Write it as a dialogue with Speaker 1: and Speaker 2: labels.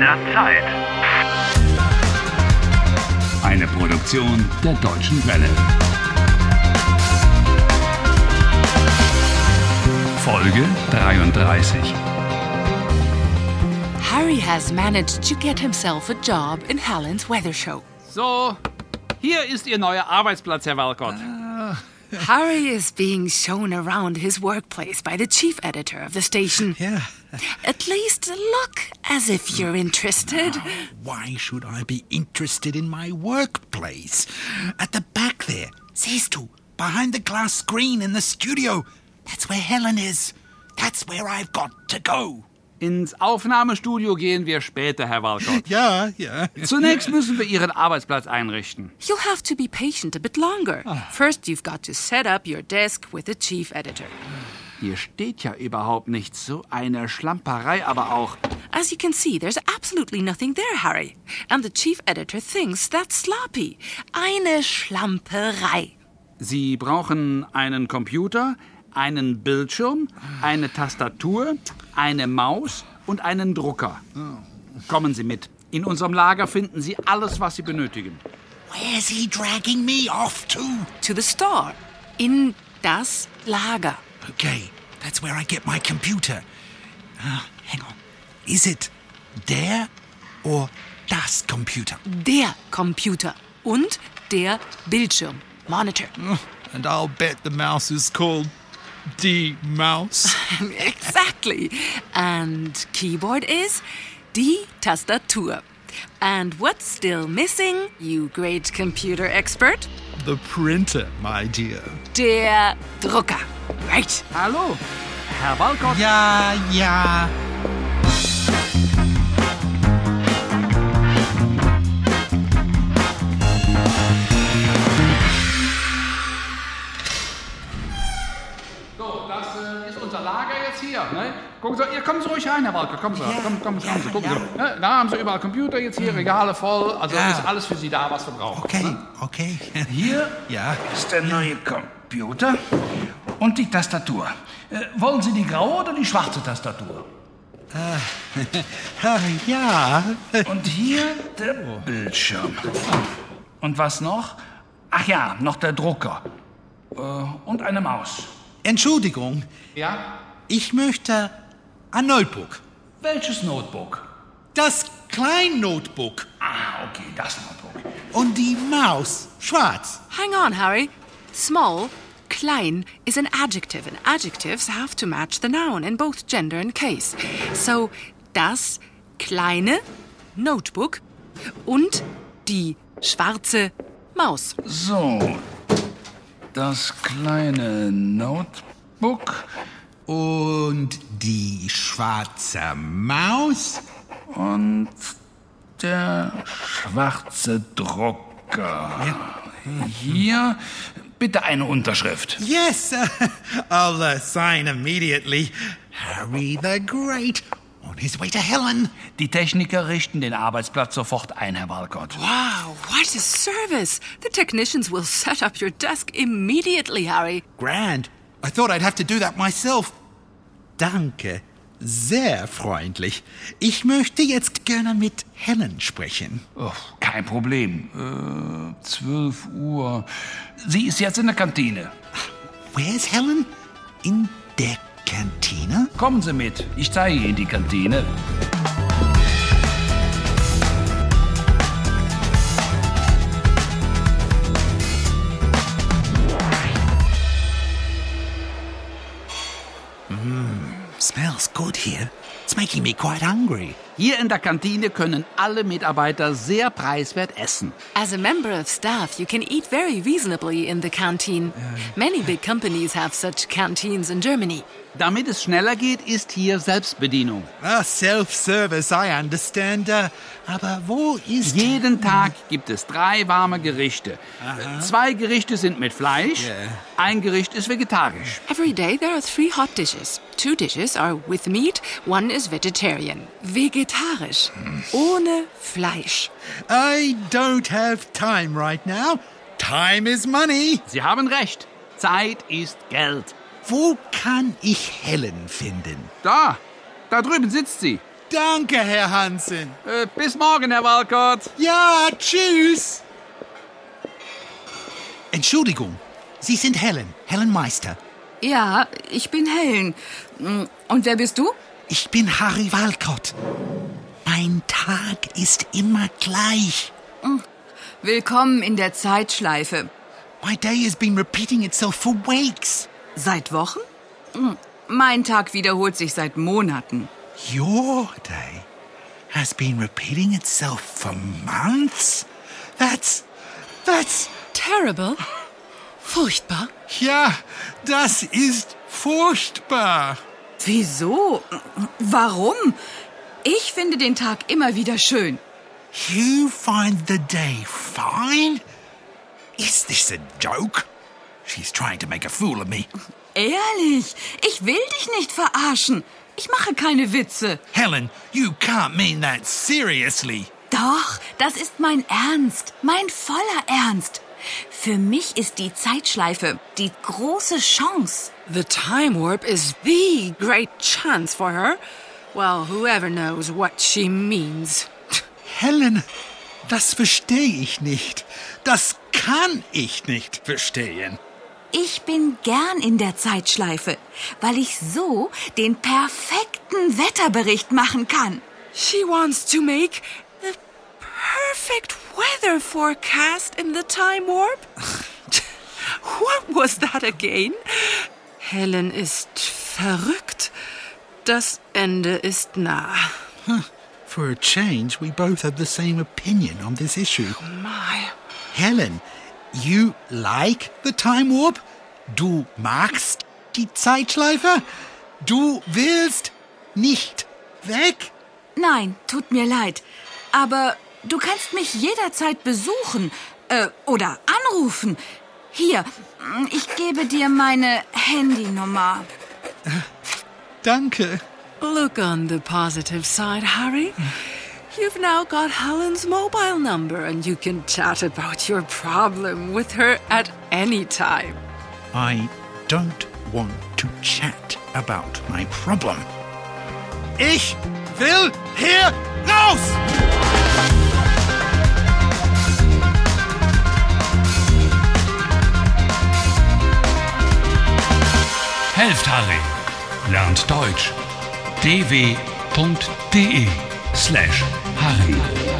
Speaker 1: der Zeit.
Speaker 2: Eine Produktion der Deutschen Welle. Folge 33.
Speaker 3: Harry has managed to get himself a job in Helen's weather show.
Speaker 4: So, hier ist Ihr neuer Arbeitsplatz, Herr Walcott.
Speaker 3: Harry is being shown around his workplace by the chief editor of the station.
Speaker 5: Yeah.
Speaker 3: At least look as if you're interested.
Speaker 5: Why should I be interested in my workplace? At the back there, says to, behind the glass screen in the studio. That's where Helen is. That's where I've got to go.
Speaker 4: Ins Aufnahmestudio gehen wir später, Herr Walcott.
Speaker 5: Yeah, yeah.
Speaker 4: Zunächst müssen wir Ihren Arbeitsplatz einrichten.
Speaker 3: You'll have to be patient a bit longer. First, you've got to set up your desk with the chief editor.
Speaker 4: Hier steht ja überhaupt nichts. So eine Schlamperei aber auch.
Speaker 3: As you can see, there's absolutely nothing there, Harry. And the chief editor thinks that's sloppy. Eine Schlamperei.
Speaker 4: Sie brauchen einen Computer, einen Bildschirm, eine Tastatur, eine Maus und einen Drucker. Kommen Sie mit. In unserem Lager finden Sie alles, was Sie benötigen.
Speaker 5: Where's he dragging me off to?
Speaker 3: To the store. In das Lager.
Speaker 5: Okay, that's where I get my computer. Ah, hang on. Is it there or das computer?
Speaker 3: Der Computer. Und der Bildschirm. Monitor.
Speaker 5: And I'll bet the mouse is called D Mouse.
Speaker 3: exactly. And keyboard is die Tastatur. And what's still missing, you great computer expert?
Speaker 5: the printer, my dear.
Speaker 3: Der Drucker. Right.
Speaker 4: Hallo, Herr Walcott.
Speaker 5: Yeah, yeah.
Speaker 4: So, das äh, ist unser Lager jetzt hier. Ne? Gucken Sie, ihr kommen Sie ruhig rein, Herr Walker. Kommen Sie, kommen, kommen, kommen Sie, gucken Sie. Ne? Da haben Sie überall Computer jetzt hier, Regale voll. Also
Speaker 5: Ja.
Speaker 4: ist alles für Sie da, was wir brauchen.
Speaker 5: Okay,
Speaker 4: Ne?
Speaker 5: okay.
Speaker 1: Hier
Speaker 5: yeah.
Speaker 1: ist der neue Computer und die Tastatur. Äh, wollen Sie die graue oder die schwarze Tastatur?
Speaker 5: Uh, yeah.
Speaker 1: Und hier der Bildschirm. Und was noch? Ach ja, noch der Drucker. Äh, und eine Maus.
Speaker 5: Entschuldigung,
Speaker 4: Ja?
Speaker 5: ich möchte ein Notebook.
Speaker 1: Welches Notebook?
Speaker 5: Das Klein-Notebook.
Speaker 1: Ah, okay, das Notebook.
Speaker 5: Und die Maus, schwarz.
Speaker 3: Hang on, Harry. Small, klein is an adjective, and adjectives have to match the noun in both gender and case. So, das kleine Notebook und die schwarze Maus.
Speaker 1: So, das kleine Notebook
Speaker 5: Und die schwarze Maus.
Speaker 1: und der schwarze Drucker. Hier bitte eine Unterschrift.
Speaker 5: Yes, I'll uh, sign immediately. Harry the Great on his way to Helen.
Speaker 1: Die Techniker richten den Arbeitsplatz sofort ein, Herr Walcott.
Speaker 3: Wow, what a service! The technicians will set up your desk immediately, Harry.
Speaker 5: Grand. I thought I'd have to do that myself. Danke. Sehr freundlich. Ich möchte jetzt gerne mit Helen sprechen.
Speaker 1: Oh, kein Problem. Äh, 12 Uhr. Sie ist jetzt in der Kantine.
Speaker 5: Where's Helen? In der Kantine?
Speaker 1: Kommen Sie mit. Ich zeige Ihnen die Kantine.
Speaker 5: Smells good here. It's making me quite hungry.
Speaker 4: Hier in der Kantine können alle Mitarbeiter sehr preiswert essen.
Speaker 3: As a member of staff, you can eat very reasonably in the canteen. Many big companies have such canteens in Germany.
Speaker 4: Damit es schneller geht, ist hier Selbstbedienung.
Speaker 5: Ah, self-service, I understand. Uh, aber wo ist...
Speaker 4: Jeden Tag gibt es drei warme Gerichte. Zwei Gerichte sind mit Fleisch, ein Gericht ist vegetarisch.
Speaker 3: Every day there are three hot dishes. Two dishes are with meat, one is vegetarian. Vegetarisch. Ohne Fleisch.
Speaker 5: I don't have time right now. Time is money.
Speaker 4: Sie haben recht. Zeit ist Geld.
Speaker 5: Wo kann ich Helen finden?
Speaker 4: Da, da drüben sitzt sie.
Speaker 5: Danke, Herr Hansen.
Speaker 4: Äh, bis morgen, Herr Walcott.
Speaker 5: Ja, tschüss. Entschuldigung, Sie sind Helen, Helen Meister.
Speaker 6: Ja, ich bin Helen. Hm, Und wer bist du?
Speaker 5: Ich bin Harry Walcott. Mein Tag ist immer gleich.
Speaker 6: Willkommen in der Zeitschleife.
Speaker 5: My day has been repeating itself for weeks.
Speaker 6: Seit Wochen? Hm, Mein Tag wiederholt sich seit Monaten.
Speaker 5: Your day has been repeating itself for months? That's. that's.
Speaker 3: Terrible? Furchtbar?
Speaker 5: Ja, das ist furchtbar.
Speaker 6: Wieso? Warum? Ich finde den Tag immer wieder schön.
Speaker 5: You find the day fine? Is this a joke? She's trying to make a fool of me.
Speaker 6: Ehrlich, ich will dich nicht verarschen. Ich mache keine Witze.
Speaker 5: Helen, you can't mean that seriously.
Speaker 6: Doch, das ist mein Ernst, mein voller Ernst. Für mich ist die Zeitschleife die große Chance.
Speaker 3: The time warp is the great chance for her. Well, whoever knows what she means.
Speaker 5: Helen, das verstehe ich nicht. Das kann ich nicht verstehen.
Speaker 6: Ich bin gern in der Zeitschleife, weil ich so den perfekten Wetterbericht machen kann.
Speaker 3: She wants to make the perfect weather forecast in the time warp? what was that again? Helen ist verrückt. Das Ende ist nah.
Speaker 5: For a change, we both have the same opinion on this issue.
Speaker 3: My.
Speaker 5: Helen, you like the time warp? Du magst die Zeitschleife? Du willst nicht weg?
Speaker 6: Nein, tut mir leid, aber du kannst mich jederzeit besuchen äh, oder anrufen. Hier, ich gebe dir meine Handynummer.
Speaker 5: Danke.
Speaker 3: Look on the positive side, Harry. You've now got Helen's mobile number and you can chat about your problem with her at any time.
Speaker 5: I don't want to chat about my problem. Ich will hier raus!
Speaker 2: Helft Harry. Lernt Deutsch. dw.de slash Harry.